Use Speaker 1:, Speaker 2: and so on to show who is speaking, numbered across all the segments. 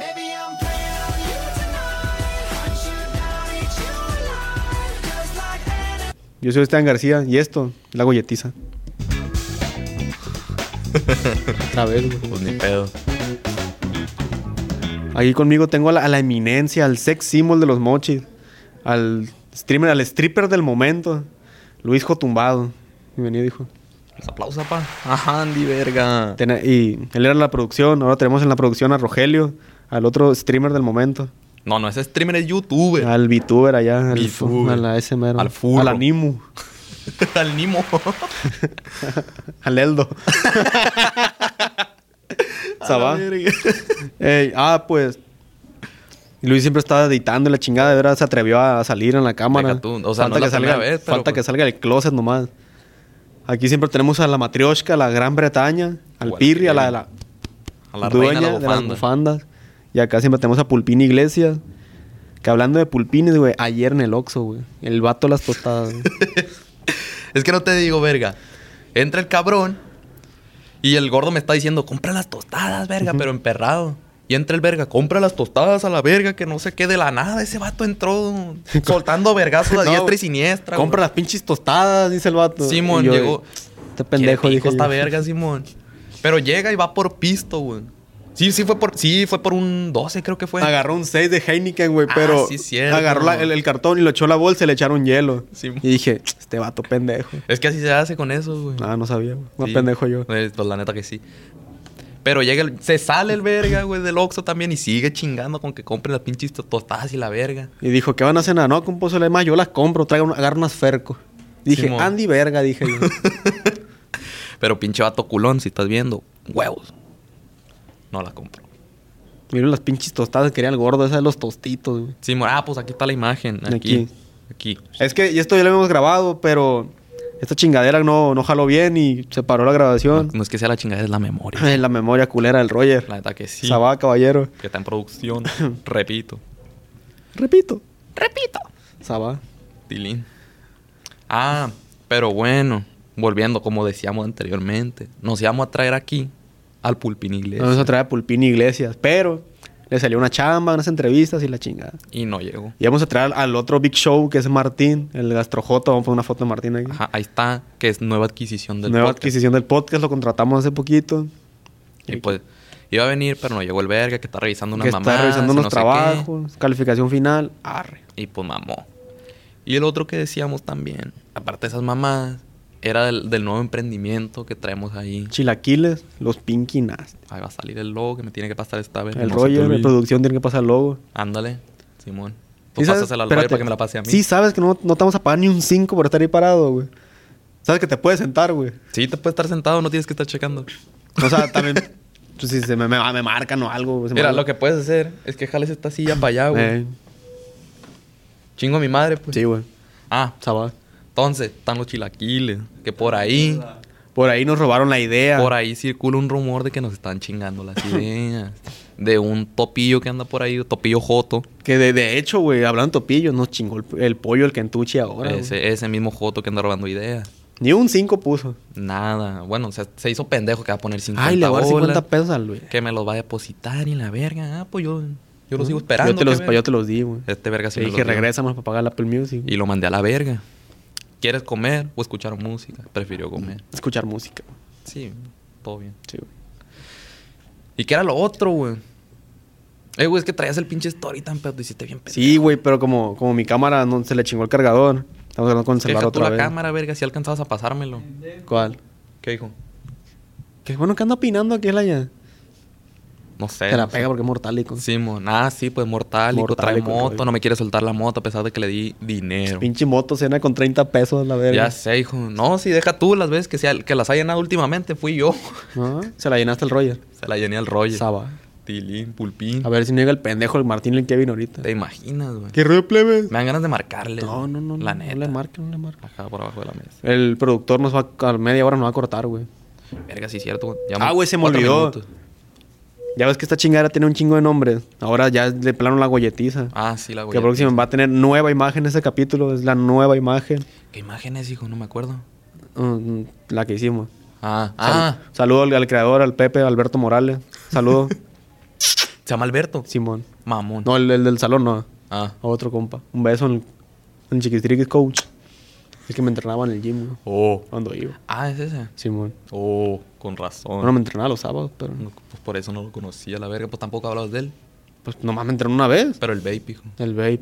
Speaker 1: Baby, I'm playing on you tonight. Hunt you down, eat you alive. Just like an
Speaker 2: Yo soy Esteban García y esto, la golletiza.
Speaker 3: Otra vez, güey.
Speaker 4: Pues ni pedo.
Speaker 2: Aquí conmigo tengo a la, a la eminencia, al sex symbol de los mochis, al streamer, al stripper del momento, Luis Jotumbado. Bienvenido, hijo.
Speaker 4: Los aplausos, pa. Ajá, Andy, verga.
Speaker 2: Tena- y él era la producción, ahora tenemos en la producción a Rogelio, al otro streamer del momento,
Speaker 4: No, no, ese streamer es youtuber. Al,
Speaker 2: al VTuber allá, al,
Speaker 4: VTuber.
Speaker 2: a la SMR,
Speaker 4: Al furro.
Speaker 2: al Animu,
Speaker 4: Nimo.
Speaker 2: al Eldo. Sabá. Ey, ah, pues. y Luis siempre estaba editando y la chingada, de verdad se atrevió a salir en la cámara.
Speaker 4: Deja tú, o sea, no
Speaker 2: falta
Speaker 4: la
Speaker 2: que salga,
Speaker 4: primera vez, pero
Speaker 2: falta que
Speaker 4: pues-
Speaker 2: salga del closet nomás. Aquí siempre tenemos a la matrioshka, a la Gran Bretaña, al
Speaker 4: O al
Speaker 2: Pirri, a la,
Speaker 4: Pirri.
Speaker 2: a la
Speaker 4: A la
Speaker 2: dueña
Speaker 4: reina de la
Speaker 2: de las
Speaker 4: bufanda.
Speaker 2: bufandas. Y acá siempre tenemos a Pulpín Iglesias. Que hablando de pulpines, güey, ayer en el Oxxo, güey. El vato de las tostadas. güey.
Speaker 4: Es que no te digo, verga. Entra el cabrón y el gordo me está diciendo, compra las tostadas, verga, pero emperrado. Y entra el verga, compra las tostadas a la verga, que no se quede la nada. Ese vato entró soltando vergazos a
Speaker 2: No,
Speaker 4: diestra y siniestra. güey.
Speaker 2: Compra las pinches tostadas, dice el vato.
Speaker 4: Simón,
Speaker 2: Y yo,
Speaker 4: llegó.
Speaker 2: Este pendejo,
Speaker 4: Quiere
Speaker 2: dijo.
Speaker 4: pico esta verga, Simón. Pero llega y va por pisto, güey. Sí, sí fue por, sí, fue por un 12, creo que fue.
Speaker 2: Agarró un 6 de Heineken, güey,
Speaker 4: Ah,
Speaker 2: pero
Speaker 4: sí, cierto.
Speaker 2: agarró la- el, el cartón y lo echó a la bolsa y le echaron hielo.
Speaker 4: Sí.
Speaker 2: Y dije, este vato pendejo.
Speaker 4: Es que así se hace con eso, güey.
Speaker 2: Ah, no sabía, güey. No
Speaker 4: Sí.
Speaker 2: pendejo yo.
Speaker 4: Eh, Pues la neta que sí. Pero llega el- se sale el verga, güey, del Oxxo también y sigue chingando con que compren las pinches to- tostadas y la verga.
Speaker 2: Y dijo, ¿qué van a cenar? No, con pozole más, yo las compro, traigo una- agarro unas ferco. Dije,
Speaker 4: Simón.
Speaker 2: Andy verga, dije yo.
Speaker 4: Pero pinche vato culón, si estás viendo, huevos. No la compro.
Speaker 2: Miren las pinches tostadas que quería el gordo, esa de los tostitos, güey.
Speaker 4: Sí, mo- ah, pues aquí está la imagen. Aquí. Aquí.
Speaker 2: Es que y esto ya lo hemos grabado, pero esta chingadera no, no jaló bien y se paró la grabación.
Speaker 4: No es que sea la chingada, es la memoria.
Speaker 2: Ay, la memoria culera del Roger.
Speaker 4: La neta que sí.
Speaker 2: Sabá, caballero.
Speaker 4: Que está en producción. Repito.
Speaker 2: Repito. Repito. Sabá.
Speaker 4: Tilín. Ah, pero bueno, volviendo como decíamos anteriormente, nos íbamos a traer aquí al Pulpín Iglesias
Speaker 2: Vamos a traer a Pulpín Iglesias, pero le salió una chamba, unas entrevistas y la chingada.
Speaker 4: y no llegó.
Speaker 2: Y vamos a traer al otro Big Show que es Martín, el Gastrojota. Vamos a poner una foto de Martín aquí.
Speaker 4: Ajá, ahí está, que es nueva adquisición del
Speaker 2: Nueva
Speaker 4: podcast.
Speaker 2: adquisición del podcast, lo contratamos hace poquito.
Speaker 4: Y pues iba a venir, pero no llegó el verga, que está revisando unas
Speaker 2: que
Speaker 4: mamás.
Speaker 2: está revisando
Speaker 4: y
Speaker 2: unos
Speaker 4: no sé qué.
Speaker 2: trabajos, calificación final. Arre.
Speaker 4: y pues mamó. Y el otro que decíamos también, aparte de esas mamás, era del, del nuevo emprendimiento que traemos ahí.
Speaker 2: Chilaquiles, los Pinky Nasty.
Speaker 4: Ahí va a salir el logo que me tiene que pasar esta vez.
Speaker 2: El
Speaker 4: no se te
Speaker 2: Roger, la
Speaker 4: olvide.
Speaker 2: producción tiene que pasar el logo.
Speaker 4: Ándale, Simón. Tú
Speaker 2: ¿Sí sabes?
Speaker 4: pásasela al Roger
Speaker 2: Espérate.
Speaker 4: para que me la pase a mí.
Speaker 2: Sí, sabes que no, no te vamos a pagar ni un 5 por estar ahí parado, güey. Sabes que te puedes sentar, güey.
Speaker 4: Sí, te puedes estar sentado, no tienes que estar checando.
Speaker 2: O sea, también. pues, si se me, me- me marcan o algo. güey, se me
Speaker 4: Mira,
Speaker 2: va-
Speaker 4: lo que puedes hacer es que jales esta silla para allá, güey.
Speaker 2: Eh,
Speaker 4: Chingo a mi madre, pues.
Speaker 2: sí, güey.
Speaker 4: Ah,
Speaker 2: Sabá.
Speaker 4: entonces, están los chilaquiles, que por ahí
Speaker 2: Por ahí nos robaron la idea.
Speaker 4: Por ahí circula un rumor de que nos están chingando las ideas. de un topillo que anda por ahí, topillo joto.
Speaker 2: Que de, de hecho, güey, hablando de topillos, nos chingó el, el pollo el Kentucky ahora. güey.
Speaker 4: ese, ese mismo joto que anda robando ideas.
Speaker 2: Ni un 5 puso.
Speaker 4: Nada. Bueno, se, se hizo pendejo que va a poner 50
Speaker 2: Ay, le voy a dar 50
Speaker 4: bolas,
Speaker 2: pesos al güey.
Speaker 4: Que me los va a depositar y la verga. Ah, pues yo, yo los sigo esperando.
Speaker 2: Yo te los,
Speaker 4: ¿qué ver?
Speaker 2: yo te los di, güey.
Speaker 4: Este verga se
Speaker 2: Le
Speaker 4: me
Speaker 2: dije,
Speaker 4: los dio.
Speaker 2: regrésamos para pagar la Apple Music.
Speaker 4: Y lo mandé a la verga. ¿Quieres comer o escuchar música?
Speaker 2: Mm.
Speaker 4: Prefirió comer.
Speaker 2: Escuchar música. güey.
Speaker 4: Sí, todo bien.
Speaker 2: Sí, güey.
Speaker 4: ¿Y qué era lo otro, güey? Eh, güey, es que traías el pinche story tan pedo. Hiciste bien pedo.
Speaker 2: Sí, güey, pero como, como mi cámara no, se le chingó el cargador. Estamos hablando con el celular
Speaker 4: Deja tú
Speaker 2: otra
Speaker 4: la
Speaker 2: vez.
Speaker 4: cámara, verga, si alcanzabas a pasármelo.
Speaker 2: ¿Cuál?
Speaker 4: ¿Qué dijo?
Speaker 2: Qué bueno que anda opinando aquí la ya.
Speaker 4: No sé.
Speaker 2: Se la
Speaker 4: no sé.
Speaker 2: pega porque es mortal y con
Speaker 4: Eh, Sí, mon. Ah, sí, pues mortálico, trae
Speaker 2: Mortálico,
Speaker 4: moto.
Speaker 2: cabrón.
Speaker 4: No me quiere soltar la moto a pesar de que le di dinero.
Speaker 2: pinche moto cena con 30 pesos la verga.
Speaker 4: Ya sé, hijo. No, sí, deja tú las veces que, sea, que las ha llenado últimamente. Fui yo.
Speaker 2: ¿No? Se la llenaste el Roger.
Speaker 4: Se la llené al rollo.
Speaker 2: Saba.
Speaker 4: Tilín, pulpín.
Speaker 2: A ver si no llega el pendejo el Martín y el Kevin ahorita.
Speaker 4: ¿Te imaginas, güey?
Speaker 2: ¿Qué rollo plebes?
Speaker 4: Me dan ganas de marcarle.
Speaker 2: No, no, no.
Speaker 4: La
Speaker 2: no,
Speaker 4: neta.
Speaker 2: No le marca, no le marca.
Speaker 4: Acá por abajo de la mesa.
Speaker 2: El productor nos va a, a media hora nos va a cortar, güey.
Speaker 4: Verga, sí, cierto. güey.
Speaker 2: Ah, güey, se me
Speaker 4: cuatro
Speaker 2: olvidó. Ya ves que esta chingada tiene un chingo de nombres. Ahora ya de plano la golletiza.
Speaker 4: Ah, sí, la
Speaker 2: que
Speaker 4: güey.
Speaker 2: próximo va a tener nueva imagen ese capítulo. Es la nueva imagen.
Speaker 4: ¿Qué imágenes, hijo? No me acuerdo.
Speaker 2: Mm, la que hicimos.
Speaker 4: Ah, ah.
Speaker 2: Saludo al, al creador, al Pepe, Alberto Morales. Saludo,
Speaker 4: Se llama Alberto.
Speaker 2: Simón.
Speaker 4: Mamón.
Speaker 2: No, el, el del salón no.
Speaker 4: Ah.
Speaker 2: A otro compa. Un beso en el, en el chiquistriquis coach. Es que me entrenaba en el gym, güey,
Speaker 4: Oh.
Speaker 2: Cuando iba.
Speaker 4: Ah, es ese.
Speaker 2: Simón.
Speaker 4: Oh, con razón.
Speaker 2: Bueno, me entrenaba los sábados, pero...
Speaker 4: No, pues por eso no lo conocía, la verga. Pues tampoco hablabas de él.
Speaker 2: Pues nomás me entrenó una vez.
Speaker 4: Pero el vape, hijo.
Speaker 2: El vape.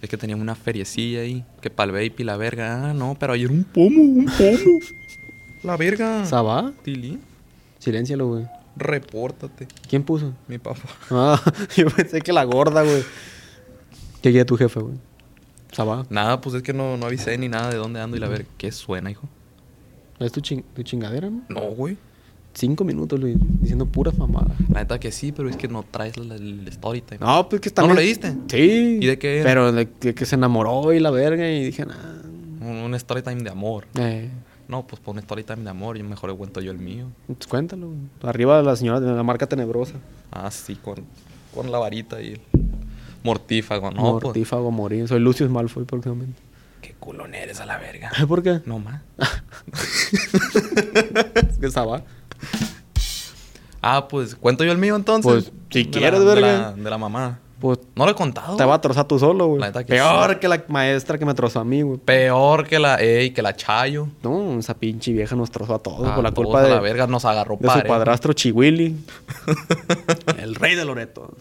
Speaker 4: Es que teníamos una feriecilla ahí. Que para el vape y la verga. Ah, no, pero ayer un pomo, un pomo. la verga.
Speaker 2: ¿Sabá?
Speaker 4: Tilín,
Speaker 2: Siléncialo, güey.
Speaker 4: repórtate,
Speaker 2: ¿Quién puso?
Speaker 4: mi papá.
Speaker 2: Ah, yo pensé que la gorda, güey. ¿Qué quiere tu jefe, güey? ¿Sabá?
Speaker 4: Nada, pues es que no, no avisé ni nada de dónde ando y la verga. ¿Qué suena, hijo?
Speaker 2: ¿Es tu, chin- tu chingadera, no?
Speaker 4: No, güey.
Speaker 2: Cinco minutos, Luis, diciendo puras mamadas.
Speaker 4: La neta que sí, pero es que no traes la- el story time.
Speaker 2: No, pues que está.
Speaker 4: ¿No lo leíste?
Speaker 2: Sí.
Speaker 4: ¿Y de qué era?
Speaker 2: Pero de, de que se enamoró y la verga y dije, nah.
Speaker 4: Un, un story time de amor.
Speaker 2: Eh,
Speaker 4: No, pues pon story time de amor. Yo mejor le cuento yo el mío.
Speaker 2: pues cuéntalo. güey. Arriba la señora de la marca tenebrosa.
Speaker 4: Ah, sí, con, con la varita y el mortífago. No, pues,
Speaker 2: Mortífago morir. Soy Lucius Malfoy próximamente.
Speaker 4: Qué culón eres a la verga.
Speaker 2: ¿Ay, por qué?
Speaker 4: No más.
Speaker 2: es que estaba.
Speaker 4: Ah, pues cuento yo el mío entonces.
Speaker 2: Pues, si
Speaker 4: De
Speaker 2: quieres,
Speaker 4: la- de
Speaker 2: verga.
Speaker 4: la- De la mamá.
Speaker 2: Pues
Speaker 4: No lo he contado.
Speaker 2: te va a trozar tú solo, güey.
Speaker 4: La neta que
Speaker 2: Peor
Speaker 4: sí.
Speaker 2: que la maestra que me trozó a mí, güey.
Speaker 4: Peor que la ey, que la Chayo.
Speaker 2: No, esa pinche vieja nos trozó a todos por
Speaker 4: Ah,
Speaker 2: pues, la
Speaker 4: todos
Speaker 2: culpa
Speaker 4: a
Speaker 2: de,
Speaker 4: la verga nos agarró
Speaker 2: de su
Speaker 4: parejo.
Speaker 2: padrastro Chihuili. el rey de Loreto.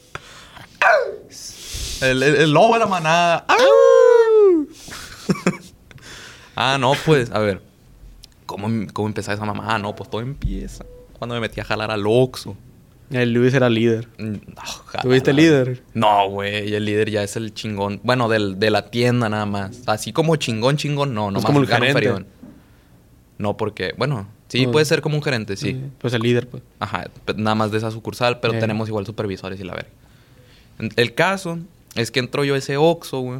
Speaker 4: El, el- el lobo de la manada. ¡Au! ah, no, pues, a ver. ¿Cómo, em- ¿Cómo empezaba esa mamá? Ah, no, pues todo empieza. Cuando me metí a jalar al Oxxo.
Speaker 2: El Luis era líder.
Speaker 4: Mm, ah, jalar.
Speaker 2: ¿Tuviste líder?
Speaker 4: No, güey. El líder ya es el chingón. Bueno, del, de la tienda nada más. Así como chingón, chingón, no. nomás
Speaker 2: Pues como el
Speaker 4: gano un
Speaker 2: gerente.
Speaker 4: ferión. No, porque, bueno, sí,
Speaker 2: Ah.
Speaker 4: puede ser como un gerente, sí.
Speaker 2: Pues el líder, pues.
Speaker 4: Ajá, pe- nada más de esa sucursal, pero
Speaker 2: Eh.
Speaker 4: tenemos igual supervisores y la verga. En- El caso es que entró yo a ese Oxxo, güey.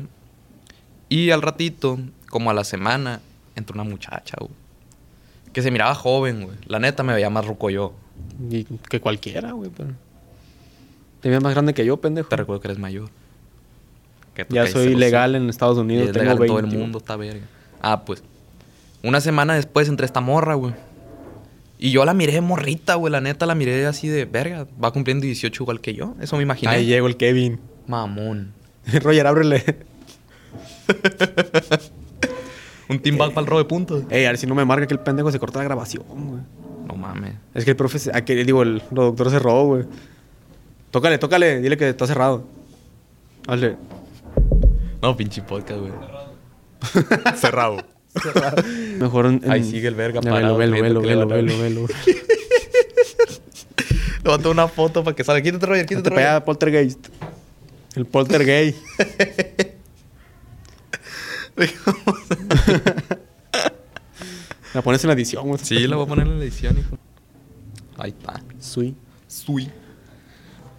Speaker 4: Y al ratito, como a la semana, entró una muchacha, güey. Que se miraba joven, güey. La neta me veía más ruco yo.
Speaker 2: Y que cualquiera, güey, pero. Te ves más grande que yo, pendejo.
Speaker 4: Te recuerdo que eres mayor. Que tú
Speaker 2: Ya
Speaker 4: caíste
Speaker 2: soy
Speaker 4: los
Speaker 2: legal en Estados
Speaker 4: Y
Speaker 2: Unidos.
Speaker 4: es
Speaker 2: tengo
Speaker 4: legal en todo
Speaker 2: 20,
Speaker 4: el
Speaker 2: güey.
Speaker 4: mundo, está verga. Ah, pues. Una semana después entré esta morra, güey. Y yo la miré morrita, güey. La neta la miré así de verga. Va cumpliendo 18 igual que yo. Eso me imaginé.
Speaker 2: Ahí llegó el Kevin.
Speaker 4: Mamón.
Speaker 2: Roger, ábrele.
Speaker 4: Un team back para el robo de puntos.
Speaker 2: Ey, a ver si no me marca que el pendejo se cortó la grabación, güey.
Speaker 4: No mames.
Speaker 2: Es que el profe, se- aquel- digo, el productor se robó, güey. Tócale, tócale, dile que está cerrado. Hazle.
Speaker 4: No, pinche podcast, güey. Cerrado.
Speaker 2: Mejor en,
Speaker 4: Ahí
Speaker 2: en-
Speaker 4: sigue el verga
Speaker 2: Ya,
Speaker 4: parado,
Speaker 2: Velo,
Speaker 4: creyendo
Speaker 2: velo,
Speaker 4: que le
Speaker 2: velo,
Speaker 4: van a
Speaker 2: velo, velo.
Speaker 4: Le voy a tomar una foto para que salga. Quítate, Roger,
Speaker 2: No Te
Speaker 4: quítate,
Speaker 2: pega
Speaker 4: Roger.
Speaker 2: el poltergeist. El poltergeist. la pones en la edición, güey.
Speaker 4: Sí, la voy a poner en la edición, hijo. Ahí está.
Speaker 2: Sí.
Speaker 4: Sui.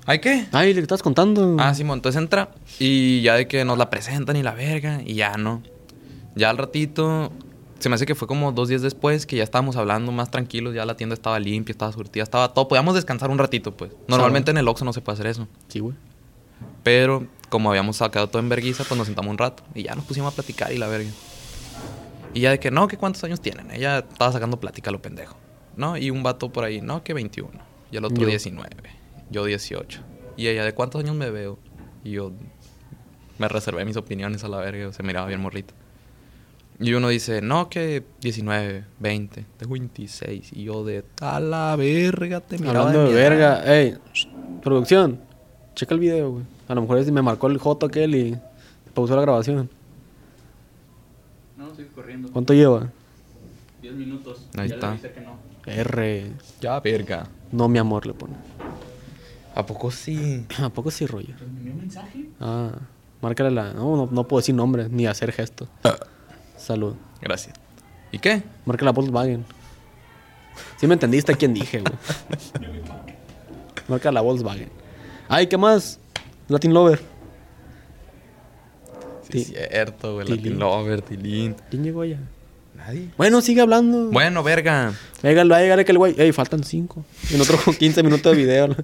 Speaker 4: ¿Ay qué?
Speaker 2: Ay, lo que estabas contando.
Speaker 4: Ah, Simón, entonces entra y ya de que nos la presentan y la verga y ya no. Ya al ratito se me hace que fue como dos días después que ya estábamos hablando más tranquilos, ya la tienda estaba limpia, estaba surtida, estaba todo. Podíamos descansar un ratito, pues. Normalmente en el Oxxo no se puede hacer eso.
Speaker 3: Sí, güey.
Speaker 4: Pero como habíamos sacado todo en verguiza, pues nos sentamos un rato y ya nos pusimos a platicar y la verga. Y ya de que no, que cuántos años tienen. Ella estaba sacando plática a lo pendejo. ¿No? Y un vato por ahí, no, que 21. Y el otro
Speaker 2: Yo.
Speaker 4: 19. Yo 18. Y ella, ¿de cuántos años me veo? Y yo me reservé mis opiniones a la verga. Se miraba bien morrito. Y uno dice, no, que 19, 20, tengo 26. Y yo de, a la verga, te miraba
Speaker 2: Hablando de
Speaker 4: mi edad".
Speaker 2: verga. Ey, shh, producción. Checa el video, güey. A lo mejor es- me marcó el joto aquel y pausó la grabación.
Speaker 5: No, sigue corriendo.
Speaker 2: ¿Cuánto lleva?
Speaker 5: 10 minutos.
Speaker 4: Ahí
Speaker 5: ya
Speaker 4: está.
Speaker 5: le dije que no.
Speaker 2: R.
Speaker 4: Ya, verga.
Speaker 2: No, mi amor, le pone.
Speaker 4: ¿A poco sí?
Speaker 2: ¿A poco sí, Roger?
Speaker 5: ¿Me envió un mensaje?
Speaker 2: Ah, márcale la. No, no, no puedo decir nombre ni hacer gestos.
Speaker 4: Ah.
Speaker 2: Salud.
Speaker 4: Gracias. ¿Y qué?
Speaker 2: Marca la Volkswagen. Si me entendiste a quién dije, güey. Marca la Volkswagen. Ay, ¿qué más? Latin Lover.
Speaker 4: Sí,
Speaker 2: Ti-
Speaker 4: es cierto, güey.
Speaker 2: Tilín.
Speaker 4: Latin Lover, Tilín.
Speaker 2: ¿Quién llegó allá?
Speaker 4: Nadie.
Speaker 2: Bueno, sigue hablando.
Speaker 4: Bueno, verga.
Speaker 2: Venga, va a llegar aquel güey. Ey, faltan cinco. Y nosotros con 15 minutos de video. ¿no?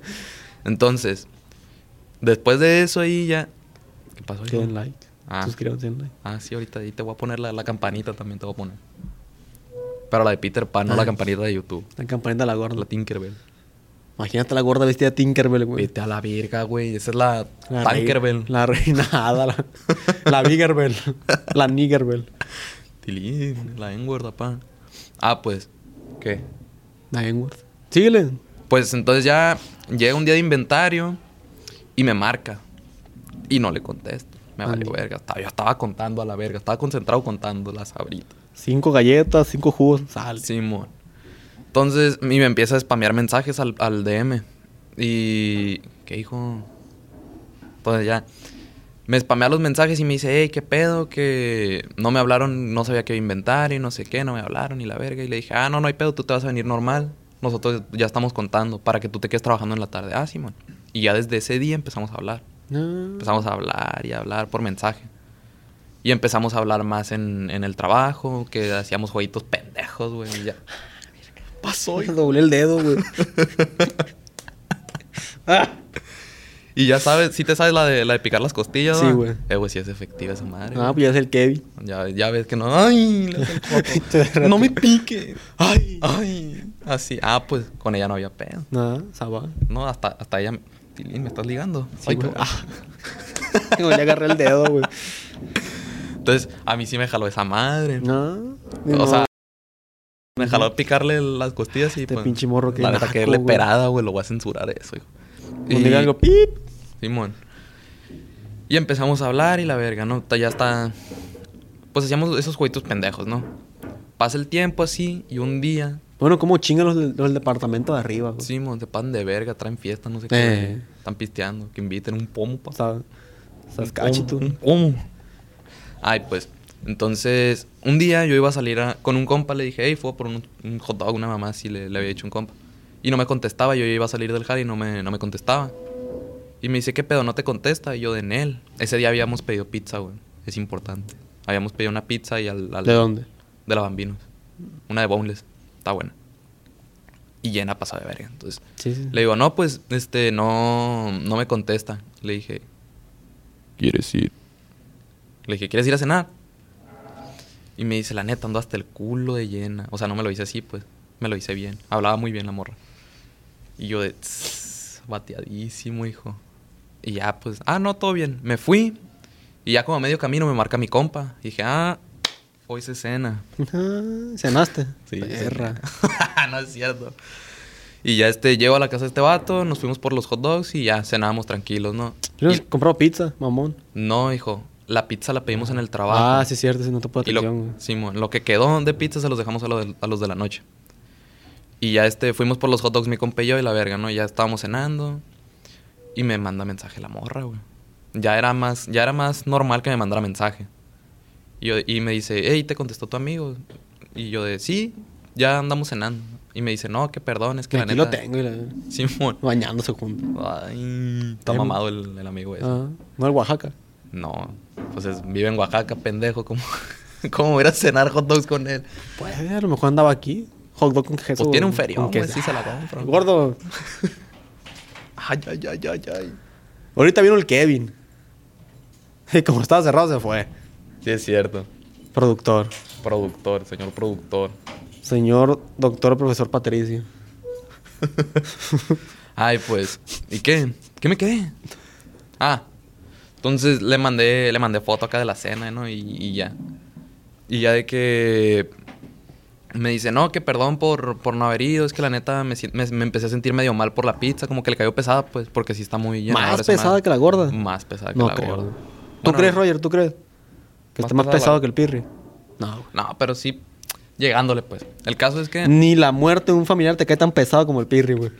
Speaker 4: Entonces, después de eso ahí ya. ¿Qué pasó? hijo?
Speaker 2: Que den like.
Speaker 4: Ah.
Speaker 2: Suscríbanse, den like.
Speaker 4: Ah, sí, ahorita ahí te voy a poner la, la campanita también, te voy a poner. Pero la de Peter Pan,
Speaker 2: Ah.
Speaker 4: no la campanita de YouTube.
Speaker 2: La campanita de la gorda.
Speaker 4: La Tinkerbell.
Speaker 2: Imagínate la gorda vestida de Tinkerbell, güey.
Speaker 4: Vete a la verga, güey. Esa es la,
Speaker 2: La rei-
Speaker 4: Tankerbell.
Speaker 2: La reinada. La, la Biggerbell. la Niggerbell.
Speaker 4: Tilín, la N-word, apá. Ah, pues. ¿Qué?
Speaker 2: La Engworth. Síguele.
Speaker 4: Pues entonces ya llega un día de inventario y me marca. Y no le contesto. Me valió
Speaker 2: Ande.
Speaker 4: verga. Estaba- Yo estaba contando a la verga. Estaba concentrado contando las abritas.
Speaker 2: Cinco galletas, cinco jugos. Sal.
Speaker 4: Simón. Entonces, y me empieza a spamear mensajes al, al DM. Y. ¿Qué hijo? Entonces ya. Me spamea los mensajes y me dice, hey, qué pedo, que no me hablaron, no sabía qué inventar y no sé qué, no me hablaron y la verga. Y le dije, ah, no, no hay pedo, tú te vas a venir normal. Nosotros ya estamos contando para que tú te quedes trabajando en la tarde. Ah, Simón. Y ya desde ese día empezamos a hablar.
Speaker 2: Ah,
Speaker 4: Empezamos a hablar y a hablar por mensaje. Y empezamos a hablar más en, en el trabajo, que hacíamos jueguitos pendejos, güey. y ya.
Speaker 2: pasó. Doblé el dedo, güey.
Speaker 4: Y ya sabes, sí te sabes la de, la de picar las costillas,
Speaker 2: Sí,
Speaker 4: ¿va?
Speaker 2: güey.
Speaker 4: Eh, güey, sí es efectiva esa madre.
Speaker 2: ah,
Speaker 4: güey.
Speaker 2: pues ya es el Kevin.
Speaker 4: ya, ya ves que no. ¡Ay! le hace el coto. ¡No me pique! ¡Ay! ¡Ay! Así. Ah, pues con ella no había pedo.
Speaker 2: Nada, Saba.
Speaker 4: No, hasta, hasta ella. Tilín, ¿me estás ligando?
Speaker 2: Sí, güey.
Speaker 4: cabrón.
Speaker 2: Ah. Yo le agarré el dedo, güey.
Speaker 4: Entonces, a mí sí me jaló esa madre.
Speaker 2: No. ni
Speaker 4: o
Speaker 2: modo.
Speaker 4: sea, me jaló picarle las costillas y
Speaker 2: Este
Speaker 4: pues,
Speaker 2: pinche morro que
Speaker 4: La neta que
Speaker 2: naco,
Speaker 4: le
Speaker 2: güey.
Speaker 4: perada, güey, lo voy a censurar eso, hijo.
Speaker 2: Cuando diga algo, pip.
Speaker 4: Simón. Y empezamos a hablar y la verga, ¿no? Ta- Ya está. Pues hacíamos esos jueguitos pendejos, ¿no? Pasa el tiempo así y un día,
Speaker 2: Bueno, ¿cómo chingan los, del- los del departamento de arriba, güey?
Speaker 4: Simón, se pasan de verga, traen fiesta, no sé
Speaker 2: Eh.
Speaker 4: qué. Están pisteando, que inviten un pomo, pa.
Speaker 2: O sea, estás
Speaker 4: Un
Speaker 2: cachito.
Speaker 4: pomo, un pomo. Ay, pues. Entonces, un día yo iba a salir a- con un compa, le dije, hey, fue por un, un hot dog, una mamá, si le, le había hecho un compa. Y no me contestaba, yo iba a salir del jar y no me, no me contestaba. Y me dice, ¿qué pedo? ¿No te contesta? Y yo, de Nel. Ese día habíamos pedido pizza, güey. Es importante. Habíamos pedido una pizza y al... al-
Speaker 2: ¿De dónde?
Speaker 4: De la Bambinos. Una de Boneless. Está buena. Y llena pasada de verga. Entonces,
Speaker 2: Sí, sí.
Speaker 4: le digo, no, pues, este, no, no me contesta. Le dije, ¿quieres ir? Le dije, ¿quieres ir a cenar? Y me dice, la neta, ando hasta el culo de llena. O sea, no me lo hice así, pues. Me lo hice bien. Hablaba muy bien la morra. Y yo de, "Tss, bateadísimo, hijo. Y ya, pues, ah, no, todo bien. Me fui. Y ya como a medio camino me marca mi compa. Y dije, ah, hoy se cena.
Speaker 2: Ah, ¿Cenaste?
Speaker 4: Sí,
Speaker 2: Perra.
Speaker 4: no es cierto. Y ya este, llego a la casa de este vato, nos fuimos por los hot dogs y ya cenábamos tranquilos, ¿no?
Speaker 2: Yo
Speaker 4: Y-
Speaker 2: no comprado pizza, mamón.
Speaker 4: no, hijo, la pizza la pedimos en el trabajo.
Speaker 2: Ah, sí, es cierto, sí, no te puedo
Speaker 4: Y lo,
Speaker 2: atención, güey.
Speaker 4: Simón, lo que quedó de pizza se los dejamos a, lo del- a los de la noche. Y ya este, fuimos por los hot dogs mi compa y yo y la verga, ¿no? Ya estábamos cenando y me manda mensaje la morra, güey. Ya era más, ya era más normal que me mandara mensaje. Y, yo- y me dice, hey, ¿te contestó tu amigo? Y yo de, sí, ya andamos cenando. Y me dice, no, que perdón, es que
Speaker 2: Que aquí
Speaker 4: la neta...
Speaker 2: lo tengo y la-
Speaker 4: Simón.
Speaker 2: bañándose juntos.
Speaker 4: Ay, está
Speaker 2: Em-
Speaker 4: mamado el, el amigo ese.
Speaker 2: Ah, no el Oaxaca.
Speaker 4: No, pues es- vive en Oaxaca, pendejo, como... ¿Cómo voy a ir a cenar hot dogs con él?
Speaker 2: Puede, Eh, a lo mejor andaba aquí. Hot dog con queso.
Speaker 4: Pues tiene un
Speaker 2: con
Speaker 4: ferión,
Speaker 2: queso.
Speaker 4: güey, sí se la compro.
Speaker 2: Gordo.
Speaker 4: Ay, ay, ay, ay, ay.
Speaker 2: Ahorita vino el Kevin. Y como estaba cerrado, se fue.
Speaker 4: Sí, es cierto.
Speaker 2: Productor.
Speaker 4: Productor, señor productor.
Speaker 2: Señor doctor profesor Patricio.
Speaker 4: Ay, pues. ¿Y qué? ¿Qué me quedé? Ah. Entonces le mandé, le mandé foto acá de la cena, ¿no? Y, y ya. Y ya de que. Me dice, no, que perdón por, por no haber ido. Es que la neta me, sien- me- me empecé a sentir medio mal por la pizza. Como que le cayó pesada, pues, porque sí está muy llenadora
Speaker 2: Más
Speaker 4: esa
Speaker 2: pesada
Speaker 4: madre.
Speaker 2: que la gorda.
Speaker 4: Más pesada que
Speaker 2: No
Speaker 4: la
Speaker 2: creo.
Speaker 4: gorda.
Speaker 2: ¿Tú
Speaker 4: Bueno,
Speaker 2: crees, Roger? ¿Tú crees? Que
Speaker 4: Más
Speaker 2: está más
Speaker 4: pesada la
Speaker 2: pesado
Speaker 4: gorda.
Speaker 2: que el Pirri.
Speaker 4: No, no, pero sí. Llegándole, pues. El caso es que.
Speaker 2: Ni la muerte de un familiar te cae tan pesado como el Pirri, güey.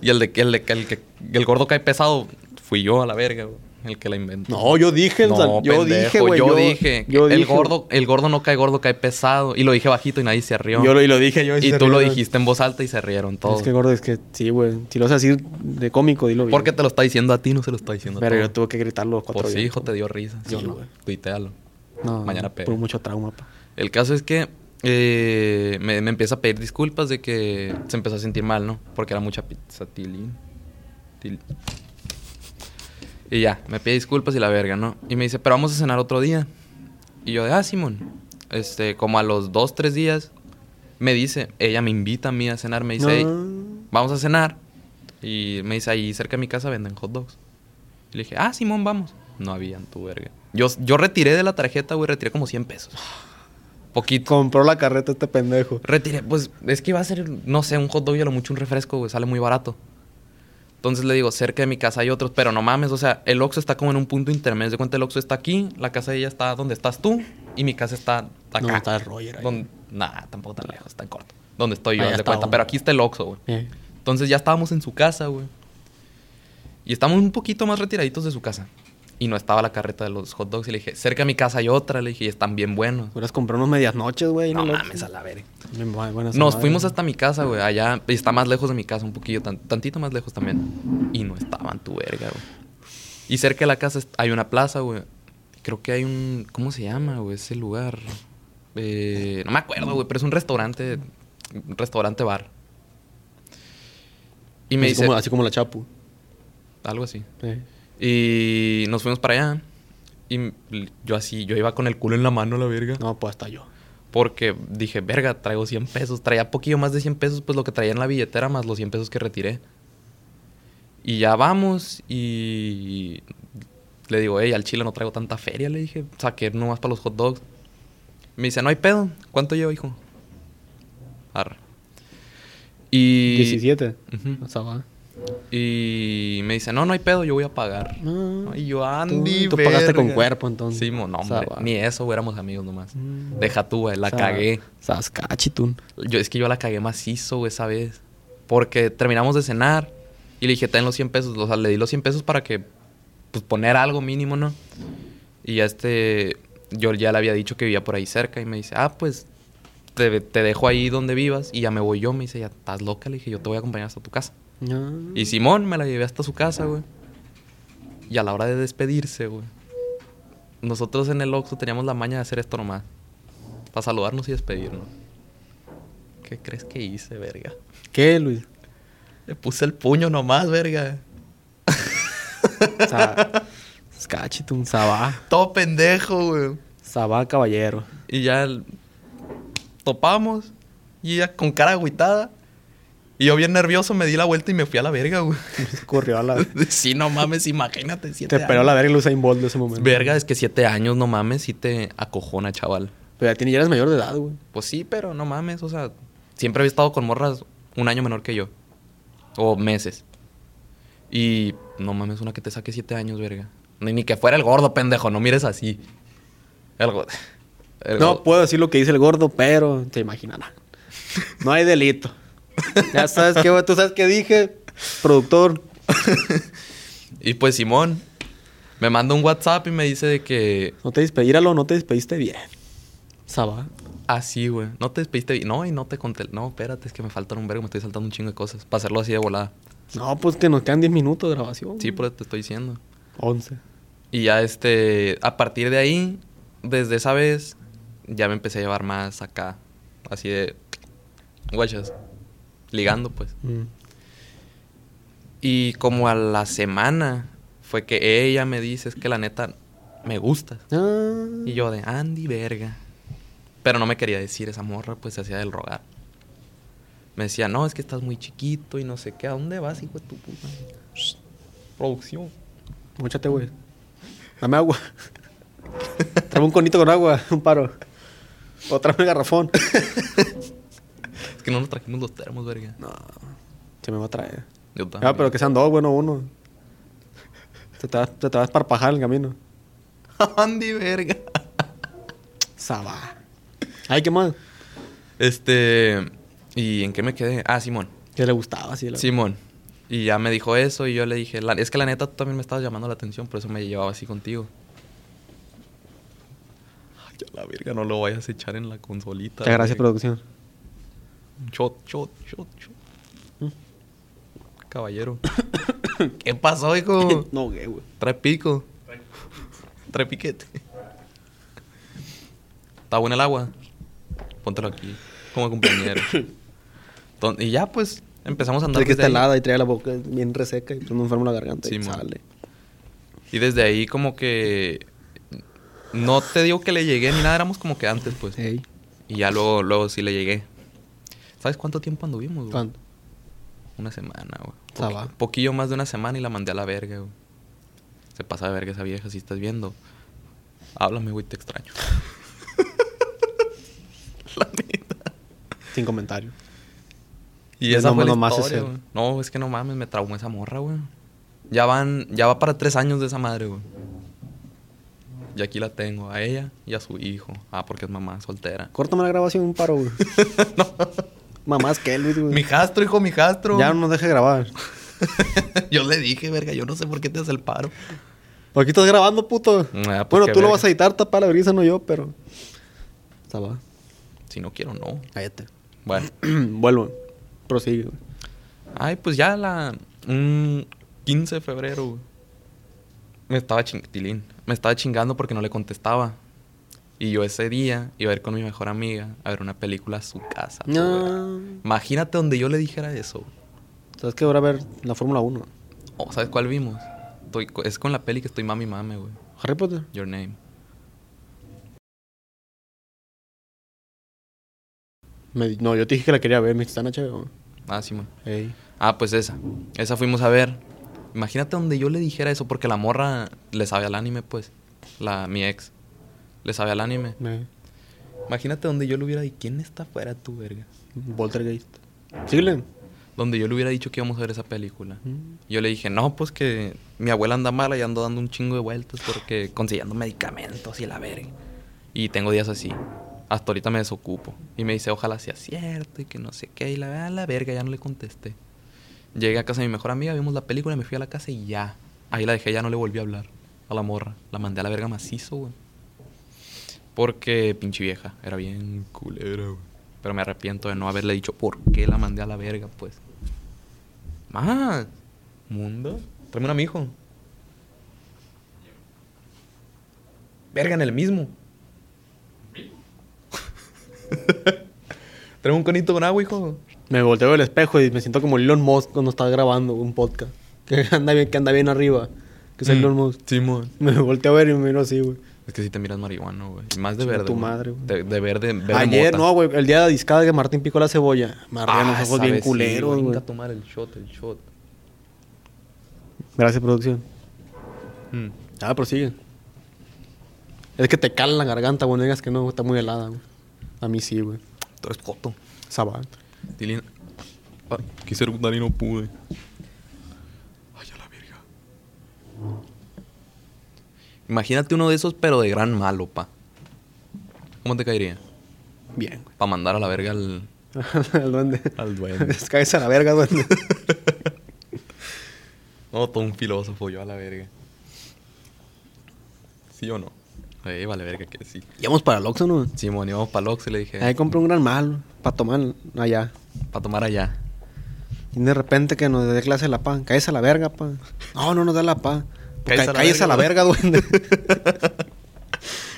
Speaker 4: Y el de el, de- el que el gordo cae pesado fui yo a la verga, güey, el que la inventó.
Speaker 2: No, yo dije, o sea, yo dije, güey,
Speaker 4: Yo,
Speaker 2: yo-
Speaker 4: dije,
Speaker 2: yo
Speaker 4: el
Speaker 2: dije.
Speaker 4: gordo, el gordo no cae gordo, cae pesado. Y lo dije bajito y nadie se rió.
Speaker 2: Yo lo- y lo dije yo y
Speaker 4: Y,
Speaker 2: sí se
Speaker 4: tú lo
Speaker 2: rieron.
Speaker 4: dijiste en voz alta y se rieron todos.
Speaker 2: Es que gordo, es que sí, güey. Si lo haces así de cómico, dilo bien.
Speaker 4: Porque te lo está diciendo a ti, no se lo está diciendo
Speaker 2: Pero
Speaker 4: a
Speaker 2: yo tuve que gritarlo cuatro
Speaker 4: Pues sí,
Speaker 2: días.
Speaker 4: hijo, te dio risa.
Speaker 2: Sí,
Speaker 4: yo no.
Speaker 2: güey.
Speaker 4: Tuitealo.
Speaker 2: No,
Speaker 4: Mañana pega.
Speaker 2: por mucho trauma, pa.
Speaker 4: El caso es que eh, me, me empieza a pedir disculpas de que se empezó a sentir mal, ¿no? Porque era mucha pizza, tilín. Til- Y ya, me pide disculpas y la verga, ¿no? Y me dice, pero vamos a cenar otro día. Y yo de, ah, Simón. Este, como a los dos, tres días, me dice, ella me invita a mí a cenar, me dice, "Ey,
Speaker 2: No.
Speaker 4: vamos a cenar. Y me dice, ahí cerca de mi casa venden hot dogs. Y le dije, ah, Simón, vamos. No habían, tu verga. Yo, yo retiré de la tarjeta, güey, retiré como 100 pesos. Poquito.
Speaker 2: Compró la carreta este pendejo.
Speaker 4: Retiré, pues es que iba a ser, no sé, un hot dog y a lo mucho un refresco, güey, sale muy barato. Entonces le digo, cerca de mi casa hay otros, pero no mames, o sea, el Oxxo está como en un punto intermedio. De cuenta, el Oxxo está aquí, la casa de ella está donde estás tú y mi casa está acá.
Speaker 2: No, está el Roger ahí.
Speaker 4: Donde- nah, tampoco tan lejos, tan corto. Donde estoy yo,
Speaker 2: Ahí
Speaker 4: haz de
Speaker 2: está
Speaker 4: cuenta,
Speaker 2: uno.
Speaker 4: pero aquí está el Oxxo, güey.
Speaker 2: Eh.
Speaker 4: Entonces ya estábamos en su casa, güey. Y estamos un poquito más retiraditos de su casa. Y no estaba la carreta de los hot dogs. Y le dije, cerca de mi casa hay otra. Le dije, y están bien buenos.
Speaker 2: Hubieras comprado unos medias noches, güey.
Speaker 4: No mames, a la verga.
Speaker 2: Nos
Speaker 4: Nos fuimos hasta mi casa, güey. Allá y está más lejos de mi casa, un poquillo, tan- tantito más lejos también. Y no estaban tu verga, güey. Y cerca de la casa est- hay una plaza, güey. Creo que hay un. ¿Cómo se llama, güey? Ese lugar. Eh, no me acuerdo, güey, pero es un restaurante. Un restaurante bar. Y me
Speaker 2: así,
Speaker 4: dice.
Speaker 2: como, así como la Chapu.
Speaker 4: Algo así.
Speaker 2: Eh.
Speaker 4: Y nos fuimos para allá. Y m- yo así, yo iba con el culo en la mano, la verga.
Speaker 2: No, pues hasta yo.
Speaker 4: Porque dije, verga, traigo 100 pesos. Traía poquillo más de 100 pesos, pues lo que traía en la billetera más los 100 pesos que retiré. Y ya vamos y le digo, hey, al chile no traigo tanta feria, le dije. Saqué nomás para los hot dogs. Me dice, no hay pedo. ¿Cuánto llevo, hijo? Arre. Y...
Speaker 2: 17.
Speaker 4: Ujú.
Speaker 2: O sea, va.
Speaker 4: Y me dice, no, no hay pedo, yo voy a pagar.
Speaker 2: No.
Speaker 4: Y yo,
Speaker 2: Tú,
Speaker 4: Andy,
Speaker 2: tú pagaste
Speaker 4: verga".
Speaker 2: con cuerpo, entonces.
Speaker 4: Sí, mo, no,
Speaker 2: O sea,
Speaker 4: hombre,
Speaker 2: va.
Speaker 4: Ni eso, güey, éramos amigos nomás.
Speaker 2: Mm.
Speaker 4: Deja tú, güey, la
Speaker 2: O sea,
Speaker 4: cagué.
Speaker 2: Saskatchewan.
Speaker 4: Yo, es que yo la cagué macizo güey, esa vez. Porque terminamos de cenar y le dije, ten los 100 pesos. O sea, le di los 100 pesos para que, pues, poner algo mínimo, ¿no? Y ya este, yo ya le había dicho que vivía por ahí cerca y me dice, ah, pues, te, te dejo ahí donde vivas y ya me voy yo. Me dice, ya estás loca. Le dije, yo te voy a acompañar hasta tu casa.
Speaker 2: No.
Speaker 4: Y Simón me la llevé hasta su casa, güey. Y a la hora de despedirse, güey. Nosotros en el Oxxo teníamos la maña de hacer esto nomás. Para saludarnos y despedirnos. ¿Qué crees que hice, verga?
Speaker 2: ¿Qué, Luis?
Speaker 4: Le puse el puño nomás, verga.
Speaker 2: Sa- Saskatchewan, Sabá.
Speaker 4: Todo pendejo, güey.
Speaker 2: Sabá, caballero.
Speaker 4: Y ya el- topamos. Y ella con cara agüitada. Y yo bien nervioso me di la vuelta y me fui a la verga, güey.
Speaker 2: Se corrió a la.
Speaker 4: sí, no mames, imagínate.
Speaker 2: Te
Speaker 4: Siete
Speaker 2: esperó
Speaker 4: años.
Speaker 2: la verga el Usain Bolt de ese momento.
Speaker 4: Verga, es que siete años, no mames, sí te acojona, chaval.
Speaker 2: Pero ya, tiene, ya eres mayor de edad, güey.
Speaker 4: Pues sí, pero no mames, o sea, siempre había estado con morras un año menor que yo. O meses. Y no mames, una que te saque siete años, verga. Ni, ni que fuera el gordo, pendejo, no mires así. El go- el
Speaker 2: No pues.
Speaker 4: go-
Speaker 2: puedo decir lo que dice el gordo, pero te imaginarán. No hay delito. Ya sabes que, güey, tú sabes qué dije, productor.
Speaker 4: Y pues Simón me manda un WhatsApp y me dice de que
Speaker 2: No te despedíralo, no te despediste bien. Sabá.
Speaker 4: así, Ah, güey. No te despediste. bien. No, y no te conté. No, espérate, es que me faltan un vergo, me estoy saltando un chingo de cosas. Para hacerlo así de volada. pues,
Speaker 2: No, pues que nos quedan 10 minutos de grabación.
Speaker 4: Sí, por eso te estoy diciendo.
Speaker 2: 11.
Speaker 4: Y ya este, a partir de ahí, desde esa vez ya me empecé a llevar más acá. Así de. Guachas. Ligando, pues.
Speaker 2: Mm.
Speaker 4: Y como a la semana fue que ella me dice: Es que la neta, me gustas.
Speaker 2: Ah.
Speaker 4: Y yo de Andy, verga. Pero no me quería decir esa morra, pues se hacía del rogar. Me decía, no, es que estás muy chiquito y no sé qué. ¿A dónde vas, hijo de tu puta? Shh, Producción.
Speaker 2: Móchate, güey. Dame agua. Trae un conito con agua, un paro. O tráeme el garrafón.
Speaker 4: Es que no nos trajimos los termos, verga. No.
Speaker 2: Se me va a traer.
Speaker 4: Yo
Speaker 2: Ah, pero que sean dos, bueno, uno. Se te va, se te va a esparpajar en el camino.
Speaker 4: Andy, verga.
Speaker 2: Sabá. Ay, qué mal.
Speaker 4: Este. ¿Y en qué me quedé? Ah, Simón.
Speaker 2: Que le gustaba, sí. la-
Speaker 4: Simón. Y ya me dijo eso y yo le dije, "La- es que la neta tú también me estabas llamando la atención, por eso me llevaba así contigo. Ay, a la verga, no lo vayas a echar en la consolita.
Speaker 2: Muchas gracias,
Speaker 4: verga.
Speaker 2: producción.
Speaker 4: Shot, shot, shot, shot. Mm. Caballero. ¿Qué pasó, hijo?
Speaker 2: No, güey, güey.
Speaker 4: Trae pico. Trae piquete. Está buena el agua. Póntelo aquí. Como compañero. Ton- Y ya, pues, empezamos a andar.
Speaker 2: Es que
Speaker 4: desde
Speaker 2: está
Speaker 4: ahí.
Speaker 2: helada y trae la boca bien reseca y pues me enfermo la garganta. y
Speaker 4: Sí, mo.
Speaker 2: sale.
Speaker 4: Y desde ahí como que... No te digo que le llegué ni nada, éramos como que antes, pues. Y ya luego, luego sí le llegué. ¿Sabes cuánto tiempo anduvimos, güey?
Speaker 2: ¿Cuánto?
Speaker 4: Una semana, güey.
Speaker 2: Ah,
Speaker 4: Poqui-
Speaker 2: va.
Speaker 4: poquillo más de una semana y la mandé a la verga, güey. Se pasa de verga esa vieja, si estás viendo. Háblame, güey, te extraño.
Speaker 2: Sin comentario.
Speaker 4: Y
Speaker 2: Ya
Speaker 4: esa
Speaker 2: no
Speaker 4: fue
Speaker 2: me
Speaker 4: la
Speaker 2: lo más
Speaker 4: historia,
Speaker 2: hacer.
Speaker 4: güey. No, es que no mames, me traumó esa morra, güey. Ya van, ya va para tres años de esa madre, güey. Y aquí la tengo, a ella y a su hijo. Ah, porque es mamá soltera.
Speaker 2: Córtame la grabación un paro, güey. Mamás Kelvin, güey.
Speaker 4: Mijastro, hijo, mijastro.
Speaker 2: Ya no nos deje grabar.
Speaker 4: yo le dije, verga, yo no sé por qué te hace el paro.
Speaker 2: Aquí estás grabando, puto.
Speaker 4: Ah, pues
Speaker 2: bueno,
Speaker 4: qué
Speaker 2: tú lo
Speaker 4: verga.
Speaker 2: vas a editar, tapa la brisa, no yo, pero. Está va.
Speaker 4: Si no quiero, no.
Speaker 2: Cállate.
Speaker 4: Bueno.
Speaker 2: Vuelvo. Prosigue, güey.
Speaker 4: Ay, pues ya la. Un 15 de febrero, güey. Me estaba chingatilín. Me estaba chingando porque no le contestaba. Y yo ese día iba a ir con mi mejor amiga a ver una película a su casa. pues,
Speaker 2: No.
Speaker 4: güey. Imagínate donde yo le dijera eso. güey.
Speaker 2: ¿Sabes qué? Ahora a ver la Fórmula 1.
Speaker 4: Oh, ¿Sabes cuál vimos? Estoy co- es con la peli que estoy mami mame, güey.
Speaker 2: Harry Potter.
Speaker 4: Your name.
Speaker 2: Me di- no, yo te dije que la quería ver. Me está en HBO.
Speaker 4: Ah, sí, man.
Speaker 2: Ey.
Speaker 4: Ah, pues esa. Esa fuimos a ver. Imagínate donde yo le dijera eso, porque la morra le sabe al anime, pues. La, mi ex. Le sabe al anime.
Speaker 2: Me.
Speaker 4: Imagínate donde yo le hubiera dicho, ¿quién está afuera tu verga?
Speaker 2: Poltergeist. Síguele.
Speaker 4: Donde yo le hubiera dicho que íbamos a ver esa película. Yo le dije, no, pues que mi abuela anda mala y ando dando un chingo de vueltas porque consiguiendo medicamentos y la verga. Y tengo días así. Hasta ahorita me desocupo. Y me dice, ojalá sea cierto y que no sé qué. Y la, a la verga, ya no le contesté. Llegué a casa de mi mejor amiga, vimos la película, me fui a la casa y ya. Ahí la dejé, ya no le volví a hablar a la morra. La mandé a la verga macizo, güey. Porque pinche vieja, era bien culera, güey. Pero me arrepiento de no haberle dicho por qué la mandé a la verga, pues. Más. Mundo. Tráeme un amigo. Verga en el mismo. Tráeme un conito con agua, hijo.
Speaker 2: Me volteo del espejo y me siento como Elon Musk cuando está grabando un podcast. Que anda bien, que anda bien arriba. Que es
Speaker 4: Mm.
Speaker 2: Elon Musk.
Speaker 4: Simón.
Speaker 2: Me volteo a ver y me miro así, güey.
Speaker 4: Es que si te miras marihuano, güey. Y más de
Speaker 2: Chinga
Speaker 4: verde.
Speaker 2: tu
Speaker 4: güey.
Speaker 2: madre, güey.
Speaker 4: De, de verde, verde
Speaker 2: Ayer,
Speaker 4: mota. Ah,
Speaker 2: no, güey. El día de la discada que Martín picó la cebolla. Me ardían los ojos
Speaker 4: esa
Speaker 2: bien
Speaker 4: vez sí,
Speaker 2: culeros, güey.
Speaker 4: Venga a tomar el shot, el shot.
Speaker 2: Gracias, producción.
Speaker 4: Mm.
Speaker 2: Ah, prosigue. Es que te cala la garganta, güey. No digas que no, güey, está muy helada, güey. A mí sí, güey.
Speaker 4: Tú eres coto.
Speaker 2: Sabal.
Speaker 4: Tilín. Ah, quise preguntar y no pude. Ay, a la verga. Imagínate uno de esos, pero de gran malo, pa. ¿Cómo te caería?
Speaker 2: Bien, güey.
Speaker 4: Pa mandar a la verga al.
Speaker 2: Al duende.
Speaker 4: Al duende.
Speaker 2: Descáguese a la verga, duende.
Speaker 4: No, todo un filósofo, yo a la verga. ¿Sí o no? Eh, vale, verga que sí.
Speaker 2: Llevamos para el Oxxo, ¿no?
Speaker 4: Simón, íbamos para Lox y le dije,
Speaker 2: Ahí compré un gran mal para tomar allá.
Speaker 4: para tomar allá.
Speaker 2: Y de repente que nos dé clase la pa. Cállese a la verga, pa. No, no nos da la pa. Pues ca-
Speaker 4: Cállese a la
Speaker 2: Cállese a la
Speaker 4: verga,
Speaker 2: verga, duende.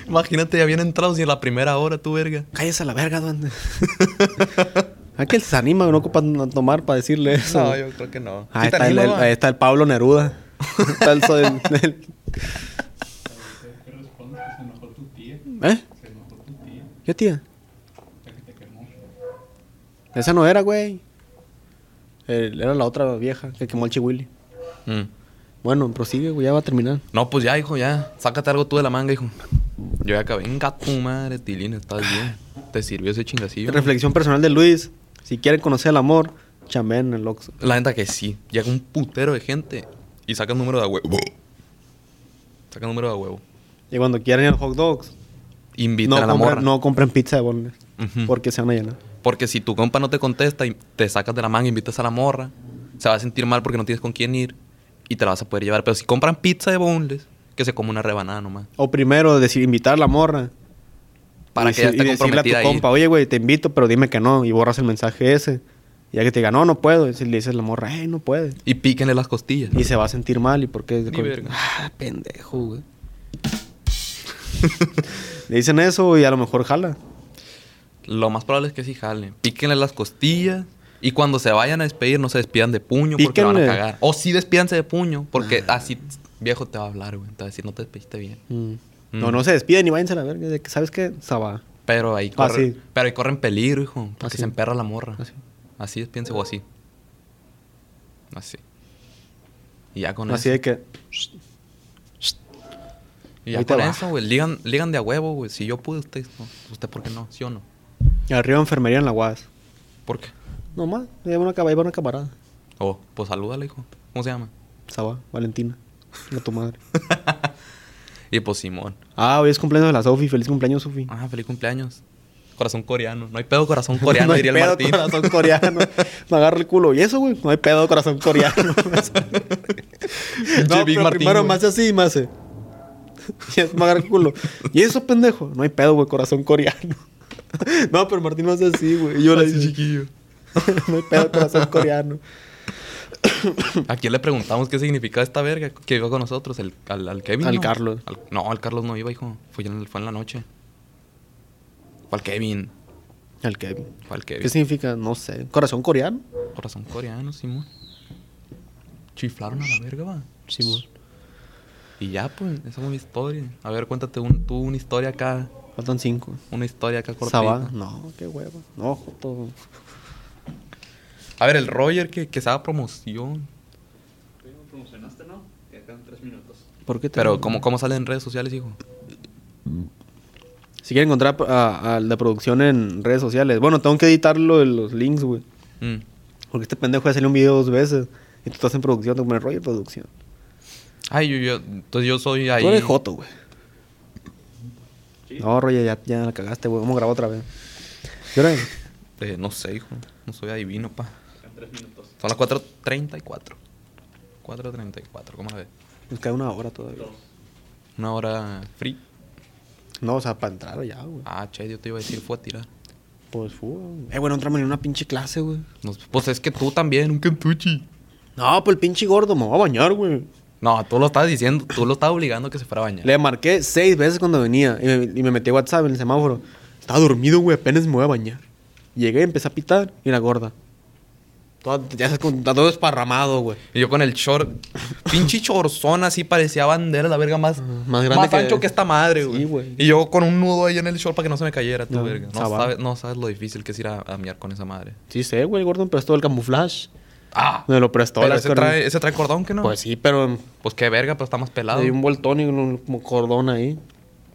Speaker 4: Imagínate, ya habían entrado si a la primera hora, tú, verga.
Speaker 2: Cállese a la verga, duende. Aquel se anima, no ocupan no tomar para decirle eso.
Speaker 4: No, yo creo que no.
Speaker 2: Ah,
Speaker 4: ¿Sí te
Speaker 2: está, el,
Speaker 4: anima,
Speaker 2: el-
Speaker 4: va?
Speaker 2: ahí está el Pablo Neruda. está el, so- el- el- ¿Eh? ¿Qué tía? Esa no era, güey. El- era la otra vieja que quemó el chihuili.
Speaker 4: Mm.
Speaker 2: Bueno, prosigue, güey, ya va a terminar.
Speaker 4: No, pues ya, hijo, ya. Sácate algo tú de la manga, hijo. Yo ya acabé. Venga, tu madre, Tilín, estás bien. Te sirvió ese chingacillo.
Speaker 2: Reflexión personal de Luis. Si quieren conocer el amor, chamén en el Oxxo.
Speaker 4: La neta que sí. Llega un putero de gente y saca un número de huevo. Saca un número de huevo.
Speaker 2: Y cuando quieran ir al hot dogs,
Speaker 4: Invita
Speaker 2: no
Speaker 4: a la morra.
Speaker 2: compren, no compren pizza de bolones.
Speaker 4: Ujú.
Speaker 2: Porque se van a llenar.
Speaker 4: Porque si tu compa no te contesta y te sacas de la manga, e invitas a la morra, se va a sentir mal porque no tienes con quién ir y te la vas a poder llevar. Pero si compran pizza de boneless, que se come una rebanada nomás.
Speaker 2: O primero decir, invitar a la morra.
Speaker 4: Para
Speaker 2: y
Speaker 4: que ya
Speaker 2: decir-
Speaker 4: esté
Speaker 2: y decirle a tu
Speaker 4: comprometida ahí.
Speaker 2: compa, oye, güey, te invito, pero dime que no. Y borras el mensaje ese. Y ya que te diga, no, no puedo. Y si le dices a la morra, hey, no puede.
Speaker 4: Y píquenle las costillas.
Speaker 2: Y se va a sentir mal. ¿Y por qué?
Speaker 4: Ni verga.
Speaker 2: Ah, pendejo, güey. le dicen eso y a lo mejor jala.
Speaker 4: Lo más probable es que sí jalen. Píquenle las costillas. Y cuando se vayan a despedir, no se despidan de puño porque la van a
Speaker 2: Píquenle. Ah.
Speaker 4: cagar. O sí despídanse de puño porque así viejo te va a hablar, güey. Te va a decir, no te despediste bien.
Speaker 2: Mm.
Speaker 4: Mm.
Speaker 2: No, no se despiden y váyanse a la verga. De que, ¿Sabes qué? Saba.
Speaker 4: Pero ahí
Speaker 2: Ah,
Speaker 4: corre,
Speaker 2: sí.
Speaker 4: pero ahí corren peligro, hijo. Porque
Speaker 2: Así.
Speaker 4: se emperra la morra.
Speaker 2: Así.
Speaker 4: Así, es, piense, o así. Así. Y ya con
Speaker 2: Así
Speaker 4: eso.
Speaker 2: de que,
Speaker 4: Y ya
Speaker 2: ahí te
Speaker 4: con
Speaker 2: va.
Speaker 4: eso, güey. Ligan, ligan de a huevo, güey. Si yo pude, usted no. ¿Usted por qué no? ¿Sí o no?
Speaker 2: arriba enfermería en la UAS.
Speaker 4: ¿Por qué?
Speaker 2: Nomás, ahí va una, cab- ahí va una camarada.
Speaker 4: Oh, pues salúdale, hijo. ¿Cómo se llama?
Speaker 2: Saba, Valentina. A tu madre.
Speaker 4: Y pues Simón.
Speaker 2: Ah, hoy es cumpleaños de la Sofi. Feliz cumpleaños, Sofi.
Speaker 4: Ah, feliz cumpleaños. Corazón coreano. No hay pedo corazón coreano,
Speaker 2: No hay
Speaker 4: diría el
Speaker 2: pedo,
Speaker 4: Martín.
Speaker 2: corazón coreano. Me agarro el culo. ¿Y eso, güey? No hay pedo, corazón coreano. no,
Speaker 4: Big
Speaker 2: pero
Speaker 4: Martín,
Speaker 2: primero
Speaker 4: güey.
Speaker 2: me hace así y me hace. Y me agarra el culo. ¿Y eso, pendejo? No hay pedo, güey, corazón coreano. no, pero Martín me hace así, güey. Y yo le
Speaker 4: Así
Speaker 2: dije,
Speaker 4: chiquillo.
Speaker 2: no hay pedo, corazón coreano.
Speaker 4: ¿A quién le preguntamos qué significaba esta verga que iba con nosotros? ¿El, al, al Kevin?
Speaker 2: Al
Speaker 4: no?
Speaker 2: Carlos.
Speaker 4: Al- no, al Carlos no iba, hijo. Fue en, fue en la noche. Fue al Kevin.
Speaker 2: Al Kevin.
Speaker 4: Fue al Kevin.
Speaker 2: ¿Qué significa? No sé. ¿Corazón coreano?
Speaker 4: Corazón coreano, Simón. Chiflaron a la verga, va.
Speaker 2: Simón.
Speaker 4: Y ya, pues, esa fue mi historia. A ver, cuéntate un- tú una historia acá.
Speaker 2: Faltan cinco.
Speaker 4: Una historia acá
Speaker 2: Sabá.
Speaker 4: cortita.
Speaker 2: No, qué hueva. No, joto.
Speaker 4: A ver, el Roger que, que se haga promoción.
Speaker 5: Tú ya me promocionaste, ¿no? Te quedan tres minutos.
Speaker 2: ¿Por qué te-
Speaker 4: Pero, ¿cómo, ¿cómo sale en redes sociales, hijo?
Speaker 2: Si quieren encontrar a- al de producción en redes sociales. Bueno, tengo que editarlo de los links, güey.
Speaker 4: Mm.
Speaker 2: Porque este pendejo ya salió un video dos veces. Y tú estás en producción, te pones rollo de producción.
Speaker 4: Ay, yo, yo, entonces yo soy ahí.
Speaker 2: Tú eres Joto, güey. No, Roger, ya, ya la cagaste, güey. Vamos a grabar otra vez. ¿Qué hora es?
Speaker 4: Eh, no sé, hijo. No soy adivino, pa. Son las 4.34. 4.34, ¿cómo la ves?
Speaker 2: Nos queda una hora todavía.
Speaker 4: Una hora free.
Speaker 2: No, o sea, para entrar ya, güey.
Speaker 4: Ah, che, yo te iba a decir, fue a tirar.
Speaker 2: Pues fútbol. Eh, bueno, entramos en una pinche clase, güey.
Speaker 4: Nos- pues es que tú también, un kentuchi.
Speaker 2: No, pues el pinche gordo me va a bañar, güey.
Speaker 4: No, tú lo estabas diciendo, tú lo estabas obligando a que se fuera a bañar.
Speaker 2: Le marqué seis veces cuando venía y me, y me metí WhatsApp en el semáforo. Estaba dormido, güey, apenas me voy a bañar. Llegué, empecé a pitar y la gorda. Toda- ya sabes, con- está todo esparramado, güey.
Speaker 4: Y yo con el short, pinche chorzón así parecía bandera, la verga más,
Speaker 2: más grande que-
Speaker 4: ancho que esta madre,
Speaker 2: Sí,
Speaker 4: güey.
Speaker 2: güey. Ah,
Speaker 4: y yo con un nudo ahí en el short para que no se me cayera, tu
Speaker 2: No,
Speaker 4: verga. No
Speaker 2: sabá.
Speaker 4: sabes, no sabes lo difícil que es ir a, a miar con esa madre.
Speaker 2: Sí sé, güey, el gordo me prestó el camuflaje.
Speaker 4: Ah,
Speaker 2: Me lo prestó.
Speaker 4: pero
Speaker 2: la
Speaker 4: ese
Speaker 2: vez que
Speaker 4: trae,
Speaker 2: nos-
Speaker 4: ese trae cordón que no.
Speaker 2: Pues sí, pero
Speaker 4: Pues qué verga, pero está más pelado.
Speaker 2: le di un voltón y un como cordón ahí.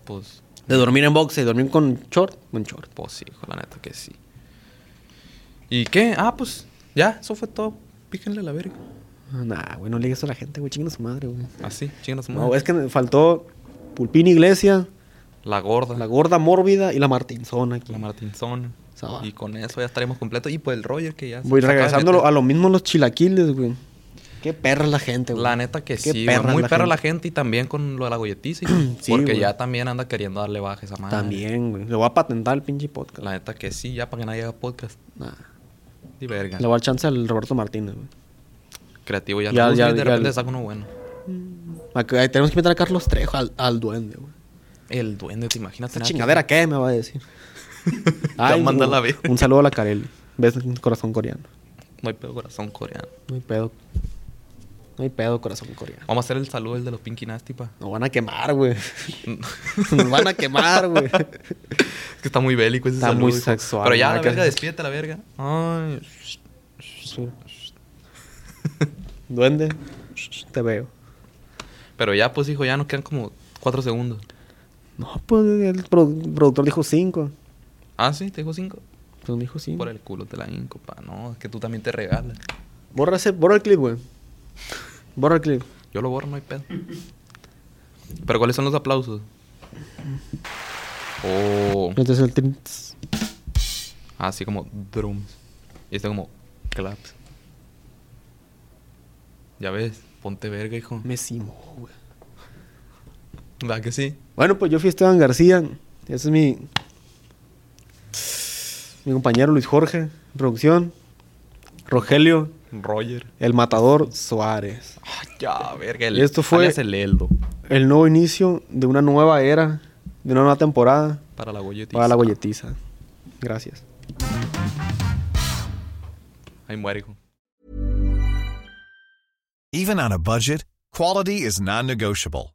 Speaker 4: Pues,
Speaker 2: De dormir en boxe, dormir con short, con short.
Speaker 4: pues sí, hijo, la neta que sí. ¿Y qué? Ah, pues ya, eso fue todo. Píquenle a la verga.
Speaker 2: Ah, Nah, güey, no le digas a la gente, güey, chinguen a su madre, güey. Mm.
Speaker 4: Así, chingan a su madre.
Speaker 2: No, es que me faltó Pulpín Iglesia,
Speaker 4: La gorda,
Speaker 2: la
Speaker 4: la,
Speaker 2: gorda mórbida y la Martinzona aquí.
Speaker 4: Martinzona.
Speaker 2: Sabá.
Speaker 4: Y con eso ya estaremos completos. Y pues el Roger que ya... se
Speaker 2: Voy
Speaker 4: acaba de
Speaker 2: regresando
Speaker 4: meter.
Speaker 2: a lo mismo los chilaquiles, güey. Qué perra es la gente, güey.
Speaker 4: La neta que
Speaker 2: Qué
Speaker 4: sí, güey.
Speaker 2: perra es
Speaker 4: muy
Speaker 2: la
Speaker 4: perra
Speaker 2: gente.
Speaker 4: la gente y también con lo de la golletiza.
Speaker 2: Sí,
Speaker 4: porque
Speaker 2: güey.
Speaker 4: ya también anda queriendo darle baja a esa madre.
Speaker 2: También, güey. Le voy a patentar el pinche podcast.
Speaker 4: La neta que sí, ya para que nadie haga podcast.
Speaker 2: Nah.
Speaker 4: Y verga.
Speaker 2: Le voy a dar chance al Roberto Martínez, güey.
Speaker 4: Creativo ya,
Speaker 2: Ya,
Speaker 4: lo usa
Speaker 2: ya,
Speaker 4: y de
Speaker 2: ya
Speaker 4: repente
Speaker 2: lo-
Speaker 4: saca uno bueno.
Speaker 2: Acá- ahí Tenemos que meter a Carlos Trejo al, al duende, güey.
Speaker 4: El duende, te imaginas.
Speaker 2: ¿Esta
Speaker 4: Nada que-
Speaker 2: chingadera qué me va a decir?
Speaker 4: va a mandar
Speaker 2: un-
Speaker 4: la verga.
Speaker 2: Un saludo a la Kareli. Ves un corazón coreano.
Speaker 4: No hay pedo corazón coreano.
Speaker 2: No hay pedo. No hay pedo, corazón coreano.
Speaker 4: Vamos a hacer el saludo, el de los Pinky Nasty, pa.
Speaker 2: Nos van a quemar, güey. Nos van a quemar, güey.
Speaker 4: Es que está muy bélico ese
Speaker 2: Está
Speaker 4: saludo,
Speaker 2: muy
Speaker 4: hijo.
Speaker 2: sexual,
Speaker 4: Pero ya,
Speaker 2: nada
Speaker 4: la
Speaker 2: que
Speaker 4: verga,
Speaker 2: hacer.
Speaker 4: despídete, la verga. Ay.
Speaker 2: Duende, te veo.
Speaker 4: Pero ya, pues, hijo, ya nos quedan como cuatro segundos.
Speaker 2: No, pues el produ- productor dijo cinco.
Speaker 4: Ah, sí, te dijo cinco.
Speaker 2: Pues me dijo cinco.
Speaker 4: Por el culo te la inco, pa. No, es que tú también te regalas.
Speaker 2: Borra, ese, borra el clip, güey. Borra el clip.
Speaker 4: Yo lo borro, no hay pedo. Pero ¿cuáles son los aplausos? Oh,
Speaker 2: Este es el trin- tss.
Speaker 4: así como drums. Y este como claps. Ya ves, ponte verga, hijo.
Speaker 2: Me simo, güey.
Speaker 4: ¿Verdad que sí?
Speaker 2: Bueno, pues yo fui Esteban García. Ese es mi. Mi compañero Luis Jorge, producción. Rogelio,
Speaker 4: Roger.
Speaker 2: el matador Suárez.
Speaker 4: Ya, verga. El,
Speaker 2: Y esto fue-
Speaker 4: alias el Eldo.
Speaker 2: El nuevo inicio de una nueva era, de una nueva temporada
Speaker 4: Para la golletiza.
Speaker 2: para la golletiza. Gracias.
Speaker 4: Ahí muere, hijo.
Speaker 6: Even on a budget, quality is non-negotiable.